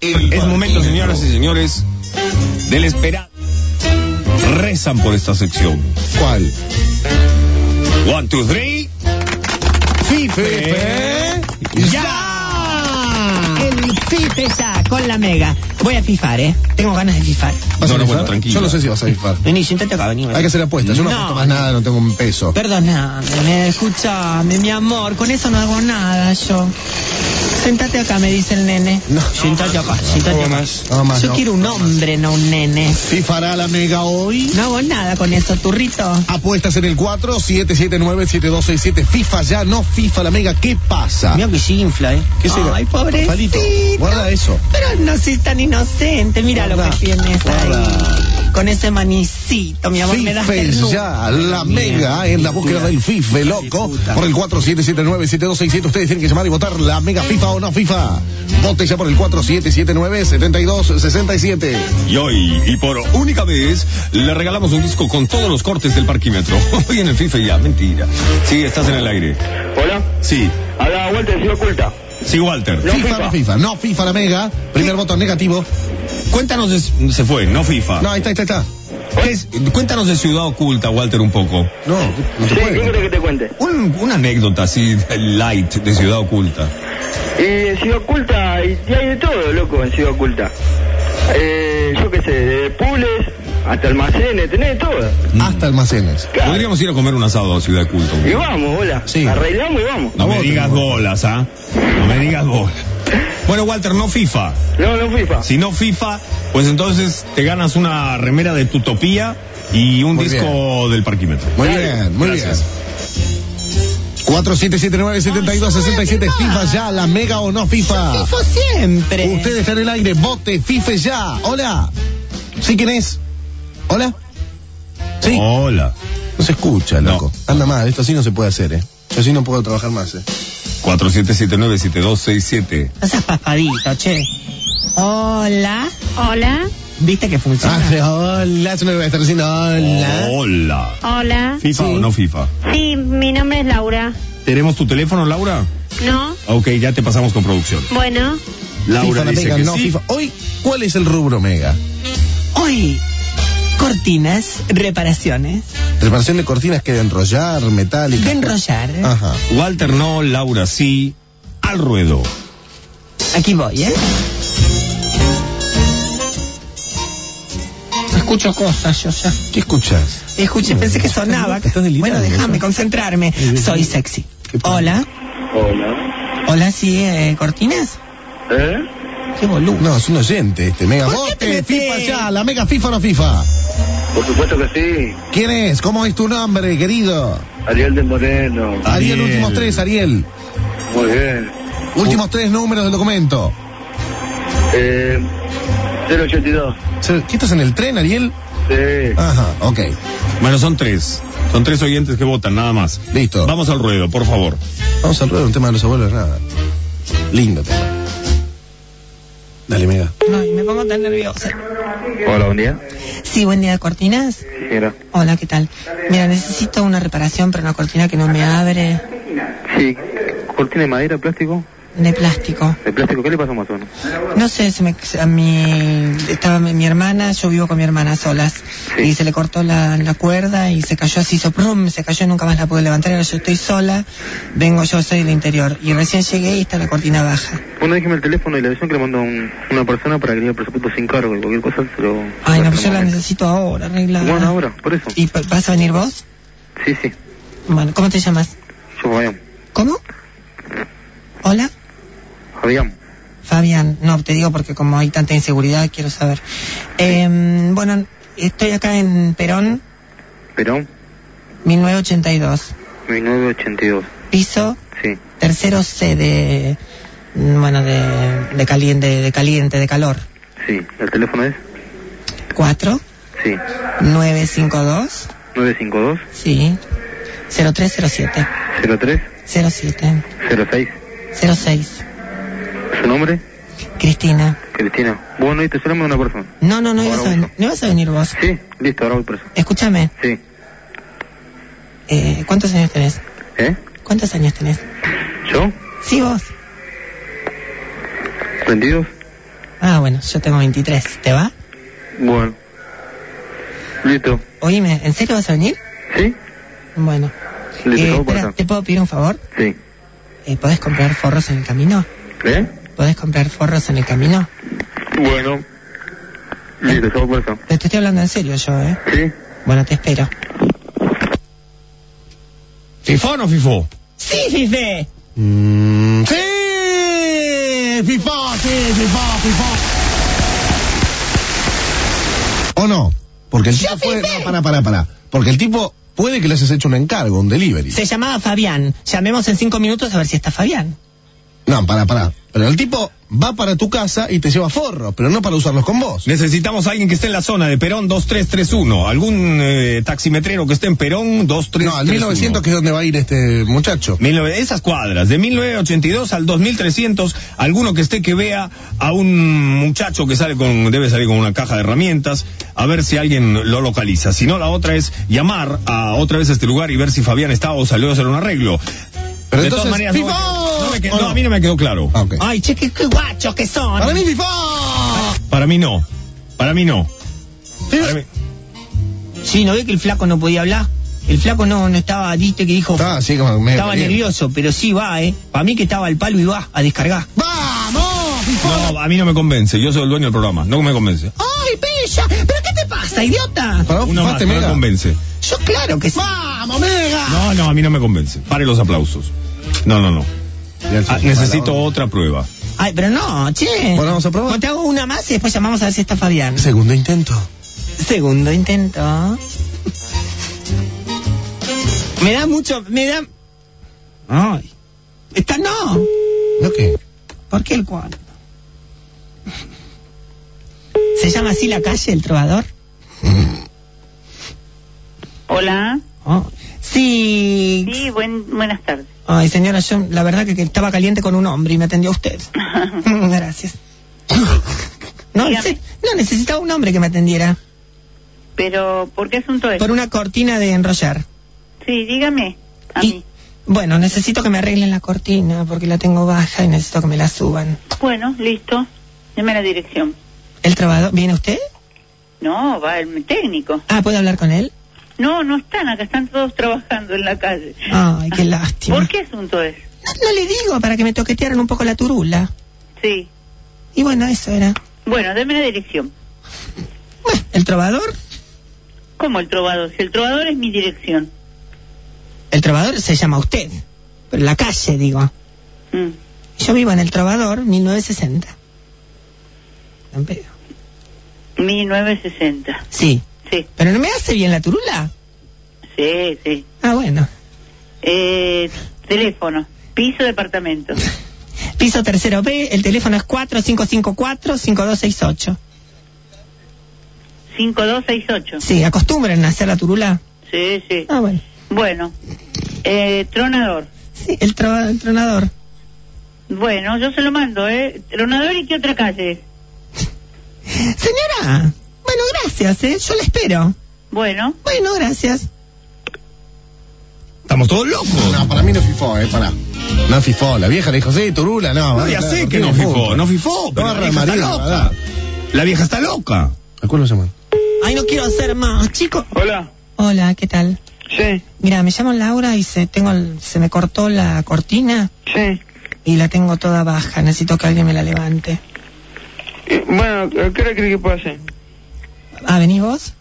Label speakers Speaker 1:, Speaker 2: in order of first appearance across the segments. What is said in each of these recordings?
Speaker 1: El es momento, señoras y señores, del esperado. Rezan por esta sección.
Speaker 2: ¿Cuál?
Speaker 1: One, two, three.
Speaker 2: ¿Eh?
Speaker 1: ¿eh?
Speaker 2: Fife.
Speaker 3: ¡Ya! El FIFA ya, con la mega. Voy a fifar, ¿eh? Tengo ganas de fifar.
Speaker 2: ¿Vas
Speaker 1: No, no,
Speaker 2: a rifar?
Speaker 1: bueno, tranquila.
Speaker 2: Yo no sé si vas a rifar.
Speaker 3: Vení, siéntate acá, vení. vení.
Speaker 2: Hay que hacer apuestas. Yo no,
Speaker 3: No.
Speaker 2: apuesto más nada, no tengo un peso.
Speaker 3: Perdóname, me- escuchame, mi amor, con eso no hago nada yo. Sentate acá, me dice el nene.
Speaker 2: No.
Speaker 3: Sentate acá, sentate acá.
Speaker 2: Nada más.
Speaker 3: Yo
Speaker 2: no.
Speaker 3: quiero un hombre, no un nene.
Speaker 2: ¿Fifará la mega hoy?
Speaker 3: No hago nada con eso, turrito.
Speaker 2: Apuestas en el 4779-7267. FIFA ya, no FIFA la mega. ¿Qué pasa?
Speaker 3: Mira que sí infla, ¿eh?
Speaker 2: ¿Qué será?
Speaker 3: Ay, pobrecito.
Speaker 2: Palito, guarda eso.
Speaker 3: Pero no soy tan inocente, mira
Speaker 2: Guarda,
Speaker 3: lo que tienes
Speaker 2: guarda.
Speaker 3: ahí. Con ese manicito, mi amor, me das
Speaker 2: FIFA
Speaker 3: ternura.
Speaker 2: ya, la mega ¿eh? en la búsqueda del FIFA, loco. Por el 4779-7267. Ustedes tienen que llamar y votar la mega FIFA o no FIFA. Vote ya por el 4779-7267.
Speaker 1: Y hoy, y por única vez, le regalamos un disco con todos los cortes del parquímetro. Hoy en el FIFA ya, mentira. Sí, estás en el aire.
Speaker 4: Hola,
Speaker 1: Sí.
Speaker 4: habla Walter, soy oculta.
Speaker 1: Sí, Walter.
Speaker 4: No
Speaker 2: FIFA,
Speaker 4: FIFA.
Speaker 2: no FIFA, no FIFA la mega. Primer voto negativo.
Speaker 1: Cuéntanos de... Se fue, no FIFA.
Speaker 2: No, ahí está, ahí está, ahí está.
Speaker 1: ¿Qué es? Cuéntanos de Ciudad Oculta, Walter, un poco.
Speaker 2: No, no te
Speaker 4: Sí, ¿qué querés
Speaker 2: puede.
Speaker 4: que te cuente?
Speaker 1: Un- una anécdota así, light, de Ciudad Oculta.
Speaker 4: Y en Ciudad Oculta, y, y hay de todo, loco, en Ciudad Oculta. Eh, yo qué sé, de pules hasta almacenes, tenés de todo.
Speaker 2: Hasta almacenes.
Speaker 4: Claro.
Speaker 1: Podríamos ir a comer un asado a Ciudad Oculta.
Speaker 4: Y vamos, hola.
Speaker 2: Sí.
Speaker 4: Arreglamos y vamos.
Speaker 1: No
Speaker 2: A
Speaker 1: me
Speaker 2: vos,
Speaker 1: digas
Speaker 2: tengo.
Speaker 1: bolas, ¿ah? No me digas bolas. Bueno, Walter, no FIFA.
Speaker 4: No, no FIFA.
Speaker 1: Si no FIFA, pues entonces te ganas una remera de Tutopía y un
Speaker 2: Muy
Speaker 1: disco del parquímetro.
Speaker 2: Muy bien, muy
Speaker 1: Gracias.
Speaker 2: bien. 4779-7267 FIFA ya, la mega o no FIFA.
Speaker 3: Fifo siempre.
Speaker 2: Usted está en el aire, vote, FIFA ya. Hola. ¿Sí quién es? Hola. Sí.
Speaker 1: Hola.
Speaker 2: No se escucha,
Speaker 1: No.
Speaker 2: loco. Anda mal, esto así no se puede hacer, eh. Yo así no puedo trabajar más, eh.
Speaker 1: 4779-7267.
Speaker 3: No seas papadito, che. Hola.
Speaker 5: Hola,
Speaker 3: ¿Viste que funciona?
Speaker 2: Ah, hola, yo no voy a estar diciendo
Speaker 1: Oh.
Speaker 2: hola.
Speaker 1: Hola.
Speaker 5: hola.
Speaker 1: FIFA o no FIFA.
Speaker 5: Sí, mi nombre es Laura.
Speaker 1: ¿Tenemos tu teléfono, Laura?
Speaker 5: ¿No?
Speaker 1: Ok, ya te pasamos con producción.
Speaker 5: Bueno,
Speaker 1: Laura
Speaker 2: FIFA, la
Speaker 1: dice
Speaker 2: mega,
Speaker 1: que
Speaker 2: no
Speaker 1: sí.
Speaker 2: FIFA. Hoy, ¿cuál es el rubro mega?
Speaker 3: Hoy, cortinas, reparaciones,
Speaker 2: Reparación de cortinas que de enrollar, metálica.
Speaker 3: de enrollar. ¿eh?
Speaker 2: Ajá.
Speaker 1: Walter no, Laura sí. Al ruedo.
Speaker 3: Aquí voy, ¿eh? Escucho cosas, yo ya.
Speaker 2: ¿Qué escuchas?
Speaker 3: Escuché, pensé que sonaba. Bueno, déjame concentrarme. Soy sexy. Hola.
Speaker 4: Hola.
Speaker 3: Hola, sí, eh, cortinas.
Speaker 4: ¿Eh?
Speaker 3: Qué boludo.
Speaker 2: No, es un oyente este. Mega
Speaker 3: Oh, ¿Por qué te
Speaker 2: Bote,
Speaker 3: metés?
Speaker 2: FIFA ya, la Mega FIFA o no FIFA.
Speaker 4: Por supuesto que sí.
Speaker 2: ¿Quién es? ¿Cómo es tu nombre, querido?
Speaker 4: Ariel de Moreno.
Speaker 2: Ariel,
Speaker 1: Ariel.
Speaker 2: últimos tres, Ariel.
Speaker 4: Muy bien.
Speaker 2: Últimos tres números del documento.
Speaker 4: Eh, 082.
Speaker 2: Se- ¿Qué estás en el tren, Ariel?
Speaker 4: Sí.
Speaker 2: Ajá, ok.
Speaker 1: Bueno, son tres. Son tres oyentes que votan, nada más.
Speaker 2: Listo.
Speaker 1: Vamos al ruedo, por favor.
Speaker 2: Vamos al ruedo, un tema de los abuelos, nada. Lindo tema. Dale, Mega.
Speaker 3: Ay, me pongo tan nerviosa.
Speaker 4: Hola, buen día.
Speaker 3: Sí, buen día, cortinas.
Speaker 4: Sí, señora.
Speaker 3: Hola, ¿qué tal? Mira, necesito una reparación para una cortina que no me abre.
Speaker 4: Sí, cortina de madera, plástico.
Speaker 3: De plástico.
Speaker 4: ¿De plástico qué le pasó más o menos?
Speaker 3: No sé, se me, a mi, estaba mi, mi hermana, yo vivo con mi hermana a solas.
Speaker 4: Sí.
Speaker 3: Y se le cortó la, la cuerda y se cayó así, hizo prum, se cayó, nunca más la pude levantar. Ahora yo estoy sola, vengo yo, soy del interior. Y recién llegué y está la cortina baja.
Speaker 4: Bueno, déjeme el teléfono y la dirección que le mandó un- una persona para que le dé el presupuesto sin cargo y cualquier cosa se lo...
Speaker 3: Ay, no, pero
Speaker 4: se lo
Speaker 3: yo la
Speaker 4: manden.
Speaker 3: necesito ahora, arreglada.
Speaker 4: Bueno, ahora, por eso.
Speaker 3: ¿Y pa- vas a venir vos?
Speaker 4: Sí, sí,
Speaker 3: Bueno, ¿cómo te llamas?
Speaker 4: yo Fabián.
Speaker 3: ¿Cómo? ¿Hola?
Speaker 4: Fabián.
Speaker 3: Fabián, no, te digo porque como hay tanta inseguridad, quiero saber. Eh, bueno, estoy acá en Perón,
Speaker 4: Perón,
Speaker 3: 1982.
Speaker 4: 1982.
Speaker 3: Piso
Speaker 4: Sí.
Speaker 3: tercero C de... mm, Bueno, de, de caliente, de caliente, de calor.
Speaker 4: Sí, ¿el teléfono es?
Speaker 3: 4,
Speaker 4: Sí.
Speaker 3: 952,
Speaker 4: 952
Speaker 3: sí, 0307,
Speaker 4: 03
Speaker 3: 07,
Speaker 4: 06.
Speaker 3: 06.
Speaker 4: ¿Su nombre?
Speaker 3: Cristina.
Speaker 4: Cristina. Bueno, y te llama una persona.
Speaker 3: No, no, no
Speaker 4: Ahora
Speaker 3: ibas, a
Speaker 4: voy
Speaker 3: venir, no ibas a venir vos.
Speaker 4: Sí, listo, ahora voy preso.
Speaker 3: Escúchame,
Speaker 4: Sí.
Speaker 3: eh, ¿cuántos años tenés?
Speaker 4: ¿Eh?
Speaker 3: ¿Cuántos años tenés?
Speaker 4: ¿Yo?
Speaker 3: Sí, vos.
Speaker 4: ¿22?
Speaker 3: Ah, bueno, yo tengo 23. ¿Te va?
Speaker 4: Bueno. Listo.
Speaker 3: Oíme, ¿en serio vas a venir?
Speaker 4: ¿Sí?
Speaker 3: Bueno.
Speaker 4: Le
Speaker 3: Eh,
Speaker 4: tocó
Speaker 3: espera,
Speaker 4: pasar.
Speaker 3: ¿te puedo pedir un favor?
Speaker 4: Sí.
Speaker 3: Eh, ¿Podés comprar forros en el camino?
Speaker 4: ¿Eh?
Speaker 3: ¿Podés comprar forros en el camino?
Speaker 4: Bueno. Listo, todo por eso.
Speaker 3: Pero te estoy hablando en serio yo, ¿eh?
Speaker 4: ¿Sí?
Speaker 3: Bueno, te espero.
Speaker 1: ¿Fifó o no fifó?
Speaker 3: ¡Sí, Fife!
Speaker 2: Mm, sí, FIFA, sí, FIFA, FIFA. ¿O no? Porque el tipo puede... No, para, para, para. Porque el tipo puede que le hayas hecho un encargo, un delivery.
Speaker 3: Se llamaba Fabián. Llamemos en cinco minutos a ver si está Fabián.
Speaker 2: No, para, para. Pero el tipo va para tu casa y te lleva forro, pero no para usarlos con vos.
Speaker 1: Necesitamos a alguien que esté en la zona de Perón 2331. Algún eh, taximetrero que esté en Perón 2331.
Speaker 2: No, al 1900 que es donde va a ir este muchacho.
Speaker 1: 19 esas cuadras, de 1982 al 2300, alguno que esté que vea a un muchacho que sale con, debe salir con una caja de herramientas, a ver si alguien lo localiza. Si no, la otra es llamar a otra vez a este lugar y ver si Fabián está o salió a hacer un arreglo.
Speaker 2: Pero
Speaker 1: de todas
Speaker 2: entonces,
Speaker 1: maneras, no me quedó-
Speaker 2: ¡FIFA!
Speaker 1: no me quedó-
Speaker 2: ¿O
Speaker 1: no,
Speaker 2: no?
Speaker 1: a mí no me quedó claro.
Speaker 2: Ah, ok.
Speaker 3: Ay, che, qué, qué guachos que son.
Speaker 2: ¡Para mí, FIFA!
Speaker 1: Para mí no, para mí no.
Speaker 2: Sí.
Speaker 1: Para mí-
Speaker 3: Sí, ¿no ve que el flaco no podía hablar? El flaco no, no estaba, viste que dijo...
Speaker 2: Está así como medio
Speaker 3: estaba
Speaker 2: caliente.
Speaker 3: nervioso, pero sí va, ¿eh? Para mí que estaba al palo y va a descargar.
Speaker 2: ¡Vamos, FIFA!
Speaker 1: No, a mí no me convence, yo soy el dueño del programa, no me convence.
Speaker 3: ¡Ay, bella! ¿Pero qué te pasa, idiota?
Speaker 2: Para vos,
Speaker 1: Uno
Speaker 2: FIFA,
Speaker 1: más,
Speaker 2: te
Speaker 1: no me
Speaker 2: mega.
Speaker 1: convence.
Speaker 3: Yo claro que sí.
Speaker 2: ¡Vamos, mega!
Speaker 1: No, no, a mí no me convence. Pare los aplausos. No, no, no.
Speaker 2: Y al
Speaker 1: Ah,
Speaker 2: FIFA,
Speaker 1: necesito
Speaker 2: la-
Speaker 1: otra prueba.
Speaker 3: Ay, pero no, che.
Speaker 2: Bueno, vamos a probar.
Speaker 3: Bueno, Te hago una más y después llamamos a ver si está Fabián.
Speaker 2: Segundo intento.
Speaker 3: Segundo intento. me da mucho, me da... Ay. Esta no.
Speaker 2: ¿No qué?
Speaker 3: ¿Por qué el cuarto? ¿Se llama así la calle, el trovador?
Speaker 6: Hola.
Speaker 3: Oh. Sí.
Speaker 6: Sí, buen, buenas tardes.
Speaker 3: Ay, señora, yo la verdad que, que estaba caliente con un hombre y me atendió usted. Mm, Gracias. No,
Speaker 6: Dígame.
Speaker 3: sí, no, necesitaba un hombre que me atendiera.
Speaker 6: Pero, ¿por qué asunto es?
Speaker 3: Por una cortina de enrollar.
Speaker 6: Sí, dígame a
Speaker 3: Y-
Speaker 6: mí.
Speaker 3: Bueno, necesito que me arreglen la cortina porque la tengo baja y necesito que me la suban.
Speaker 6: Bueno, listo. Deme la dirección.
Speaker 3: ¿El trovador? ¿Viene usted?
Speaker 6: No, va el técnico.
Speaker 3: Ah, ¿puedo hablar con él?
Speaker 6: No, no están acá, están todos trabajando en la calle. Ah.
Speaker 3: Ay, qué lástima.
Speaker 6: ¿Por qué asunto es?
Speaker 3: No, no le digo, para que me toquetearan un poco la turula.
Speaker 6: Sí.
Speaker 3: Y bueno, eso era.
Speaker 6: Bueno, deme la dirección.
Speaker 3: Bueno, ¿el trovador?
Speaker 6: ¿Cómo el trovador? Si el trovador es mi dirección.
Speaker 3: El trovador se llama usted. Pero la calle, digo.
Speaker 6: Mm.
Speaker 3: Yo vivo en el trovador, 1960. Tan pedo.
Speaker 6: 1960.
Speaker 3: Sí.
Speaker 6: Sí,
Speaker 3: ¿Pero no me hace bien la turula?
Speaker 6: sí, sí.
Speaker 3: Ah, bueno.
Speaker 6: Eh, teléfono. Piso departamento.
Speaker 3: Piso tercero B, el teléfono es 4554-5268.
Speaker 6: 5268.
Speaker 3: Sí, acostumbren a hacer la turula.
Speaker 6: Sí, sí.
Speaker 3: Ah, bueno.
Speaker 6: Bueno, eh, tronador.
Speaker 3: Sí, el, trova- el tronador.
Speaker 6: Bueno, yo se lo mando, ¿eh? Tronador y qué otra calle.
Speaker 3: Señora, bueno, gracias, ¿eh? Yo la espero.
Speaker 6: Bueno,
Speaker 3: Bueno, gracias.
Speaker 1: Estamos todos locos.
Speaker 2: No, para mí no fifó, eh, para. No fifó, la vieja le dijo, sí, turula, no.
Speaker 1: No,
Speaker 2: vale,
Speaker 1: ya
Speaker 2: claro,
Speaker 1: sé que no
Speaker 2: tiene punto.
Speaker 1: fifó, no fifó, pero
Speaker 2: Barra
Speaker 1: la vieja está
Speaker 2: María,
Speaker 1: loca.
Speaker 2: ¿verdad?
Speaker 1: La vieja está loca.
Speaker 2: ¿A cuál lo llaman?
Speaker 3: Ay, no quiero hacer más, chico.
Speaker 4: Hola.
Speaker 3: Hola, ¿qué tal?
Speaker 4: Sí,
Speaker 3: Mira, me llamo Laura y se, tengo el- se me cortó la cortina
Speaker 4: sí.
Speaker 3: y la tengo toda baja. Necesito que alguien me la levante.
Speaker 4: Eh, Bueno, ¿qué hora cree que pase?
Speaker 3: Ah, ¿venís vos?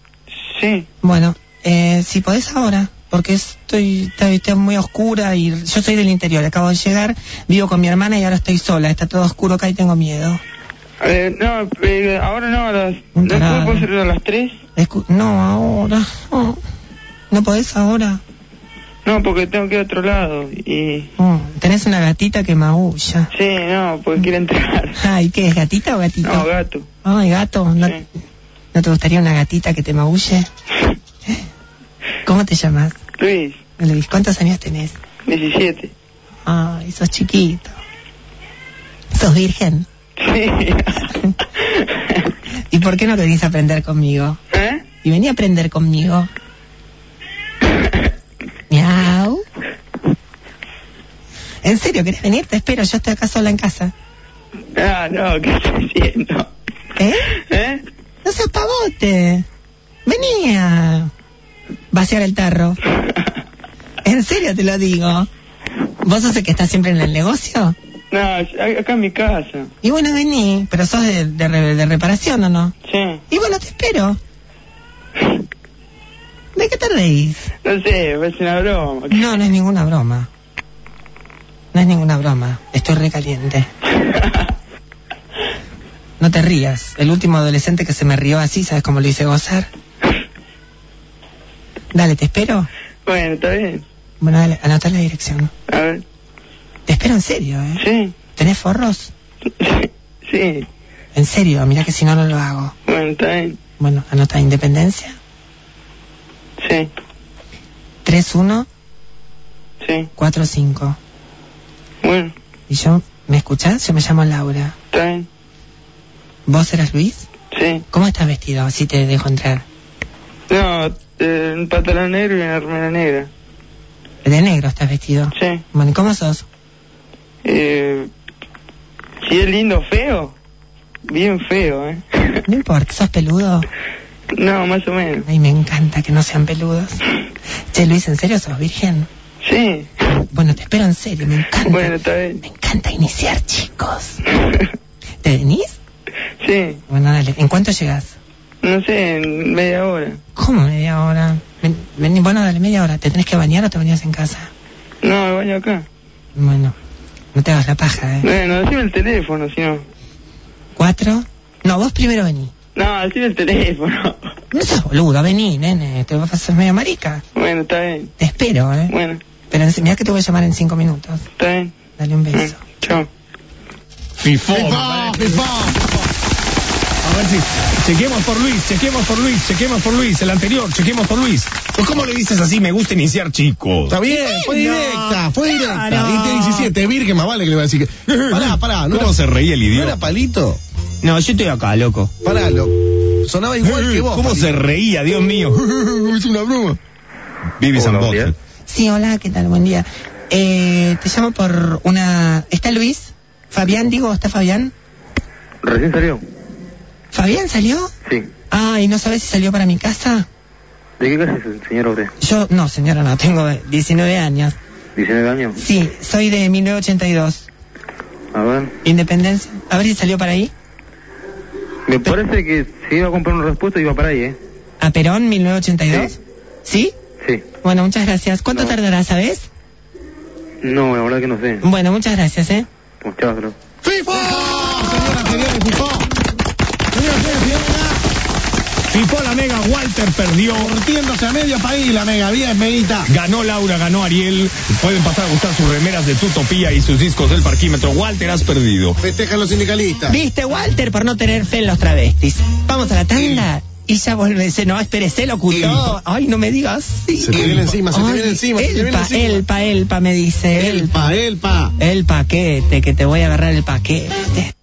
Speaker 4: Sí.
Speaker 3: Bueno, eh, si podés ahora, porque estoy, está- está muy oscura y yo soy del interior. Acabo de llegar, vivo con mi hermana y ahora estoy sola. Está todo oscuro acá y tengo miedo.
Speaker 4: Eh, no, eh, ahora no, a las...
Speaker 3: Un
Speaker 4: ¿No puedo
Speaker 3: tarado.
Speaker 4: puedo salir a las 3?
Speaker 3: Escu- no, ahora. Oh. ¿No podés ahora?
Speaker 4: No, porque tengo que ir a otro lado y...
Speaker 3: Oh, Tenés una gatita que maulla.
Speaker 4: Sí, no, porque quiero entrar.
Speaker 3: Ay, ¿qué es? ¿Gatita o gatito?
Speaker 4: No, gato.
Speaker 3: Ay, gato. ¿No,
Speaker 4: Sí.
Speaker 3: ¿no te gustaría una gatita que te maulle? ¿Cómo te llamas?
Speaker 4: Luis,
Speaker 3: Luis, ¿cuántos años tenés?
Speaker 4: 17.
Speaker 3: Ay, sos chiquito. ¿Sos virgen?
Speaker 4: Sí.
Speaker 3: ¿Y por qué no querés aprender conmigo?
Speaker 4: ¿Eh?
Speaker 3: Y vení a aprender conmigo. Miau. ¿En serio querés venir? Te espero, yo estoy acá sola en casa.
Speaker 4: Ah, no, ¿qué estoy haciendo?
Speaker 3: ¿Eh?
Speaker 6: ¿Eh?
Speaker 3: No seas pavote. Vení a vaciar el tarro. En serio te lo digo. ¿Vos sos el que está siempre en el negocio?
Speaker 4: No, a- acá en mi casa.
Speaker 3: Y bueno, vení, pero sos de, de re- de reparación o no.
Speaker 4: Sí.
Speaker 3: Y bueno, te espero. ¿De qué te reís?
Speaker 4: No sé, es una broma.
Speaker 3: No, no es ninguna broma. No es ninguna broma. Estoy recaliente. No te rías. El último adolescente que se me rió así, ¿sabes cómo lo hice gozar? Dale, te espero.
Speaker 4: bueno, está bien.
Speaker 3: Bueno, dale, anota la dirección.
Speaker 4: A ver.
Speaker 3: Te espero en serio, ¿eh?
Speaker 4: Sí.
Speaker 3: ¿Tenés forros?
Speaker 4: sí.
Speaker 3: En serio, mira que si no, no lo hago.
Speaker 4: Bueno, está bien.
Speaker 3: Bueno, anota Independencia.
Speaker 4: Sí.
Speaker 3: 3145.
Speaker 4: Sí. Bueno,
Speaker 3: Y yo, ¿me escuchás? Yo me llamo Laura.
Speaker 4: está bien.
Speaker 3: ¿Vos eras Luis?
Speaker 4: Sí.
Speaker 3: ¿Cómo estás vestido? Así te dejo entrar.
Speaker 4: No, eh, un pantalón negro y una remera negra.
Speaker 3: De negro estás vestido.
Speaker 4: Sí.
Speaker 3: Bueno, ¿y ¿cómo sos?
Speaker 4: Eh, si es lindo o feo, bien feo, ¿eh?
Speaker 3: No importa, ¿sos peludo?
Speaker 4: no, más o menos.
Speaker 3: Ay, me encanta que no sean peludos. Che, Luis, ¿en serio sos virgen?
Speaker 4: Sí.
Speaker 3: Bueno, te espero en serio, me encanta.
Speaker 4: Bueno, está bien.
Speaker 3: Me encanta iniciar, chicos. ¿Te venís?
Speaker 4: sí.
Speaker 3: Bueno, dale, ¿en cuánto llegás?
Speaker 4: No sé, en media hora.
Speaker 3: ¿Cómo media hora? Ven- ven- bueno, dale, media hora. ¿Te tenés que bañar o te bañas en casa?
Speaker 4: No, me baño acá.
Speaker 3: Bueno, no te hagas la paja, ¿eh?
Speaker 4: Bueno, decime el teléfono, si no.
Speaker 3: ¿Cuatro? No, vos primero vení.
Speaker 4: No, decime el teléfono.
Speaker 3: No seas boludo, vení, nene. Te vas a hacer medio marica.
Speaker 4: bueno, está bien.
Speaker 3: Te espero, ¿eh?
Speaker 4: Bueno,
Speaker 3: Pero en- mirá que te voy a llamar en cinco minutos.
Speaker 4: está bien.
Speaker 3: Dale un
Speaker 4: Bueno,
Speaker 3: beso.
Speaker 4: chao.
Speaker 1: Fifó. me
Speaker 2: Fifá,
Speaker 1: parece.
Speaker 2: fifá.
Speaker 1: A ver si. Chequemos por Luis, chequemos por Luis, chequemos por Luis, el anterior, chequemos por Luis. Pues, ¿Cómo le dices así? Me gusta iniciar, chicos.
Speaker 2: Está bien, fue
Speaker 3: Bueno,
Speaker 2: directa, fue directa.
Speaker 3: claro.
Speaker 2: Y te 17, virgen, más vale que le va a decir que. Pará, pará, no,
Speaker 1: ¿Cómo
Speaker 2: era-
Speaker 1: se reía el
Speaker 2: ¿no
Speaker 1: idiota?
Speaker 2: era palito.
Speaker 1: No, yo estoy acá, loco.
Speaker 2: Pará, lo. Sonaba igual que vos.
Speaker 1: ¿Cómo se reía, Dios mío?
Speaker 2: se Es una broma.
Speaker 1: Vivi
Speaker 7: Hola,
Speaker 1: San
Speaker 7: buen día.
Speaker 3: Sí, hola, ¿qué tal? Buen día. Eh, te llamo por una... ¿Está Luis? ¿Fabián, digo? ¿Está Fabián?
Speaker 7: ¿Recién salió?
Speaker 3: ¿Fabián salió?
Speaker 7: Sí.
Speaker 3: Ah, ¿y no sabes si salió para mi casa?
Speaker 7: ¿De qué clase es el señor Obre?
Speaker 3: Yo, no, señora, no, tengo 19 años.
Speaker 7: ¿19 años?
Speaker 3: Sí, soy de 1982.
Speaker 7: A ver.
Speaker 3: Independencia. A ver si salió para ahí.
Speaker 7: Me parece que si iba a comprar una respuesta iba para ahí, ¿eh?
Speaker 3: ¿A Perón, 1982? ¿Sí?
Speaker 7: Sí.
Speaker 3: Bueno, muchas gracias. ¿Cuánto
Speaker 7: No.
Speaker 3: tardará, sabes?
Speaker 7: No, la verdad que no sé.
Speaker 3: Bueno, muchas gracias, ¿eh?
Speaker 7: Pues, chao, hasta luego.
Speaker 2: ¡Fifá! Señoras, señores, fifá. Señoras, señores, señora.
Speaker 1: Fifó la mega, Walter perdió.
Speaker 2: Partiéndose a medio país, la mega. Bien, medita.
Speaker 1: Ganó Laura, ganó Ariel. Pueden pasar a buscar sus remeras de Tutopía y sus discos del parquímetro. Walter, has perdido.
Speaker 2: Festejan los sindicalistas.
Speaker 3: Viste, Walter, por no tener fe en los travestis. Vamos a la tanda. Y ya volvese, no, espérese, locutor. Ay, no me digas. Sí.
Speaker 2: Se te viene encima, se te
Speaker 3: Ay,
Speaker 2: viene encima, se te viene
Speaker 3: Elpa,
Speaker 2: encima.
Speaker 3: elpa, elpa, me dice.
Speaker 2: Elpa, elpa.
Speaker 3: El paquete, que te voy a agarrar el paquete.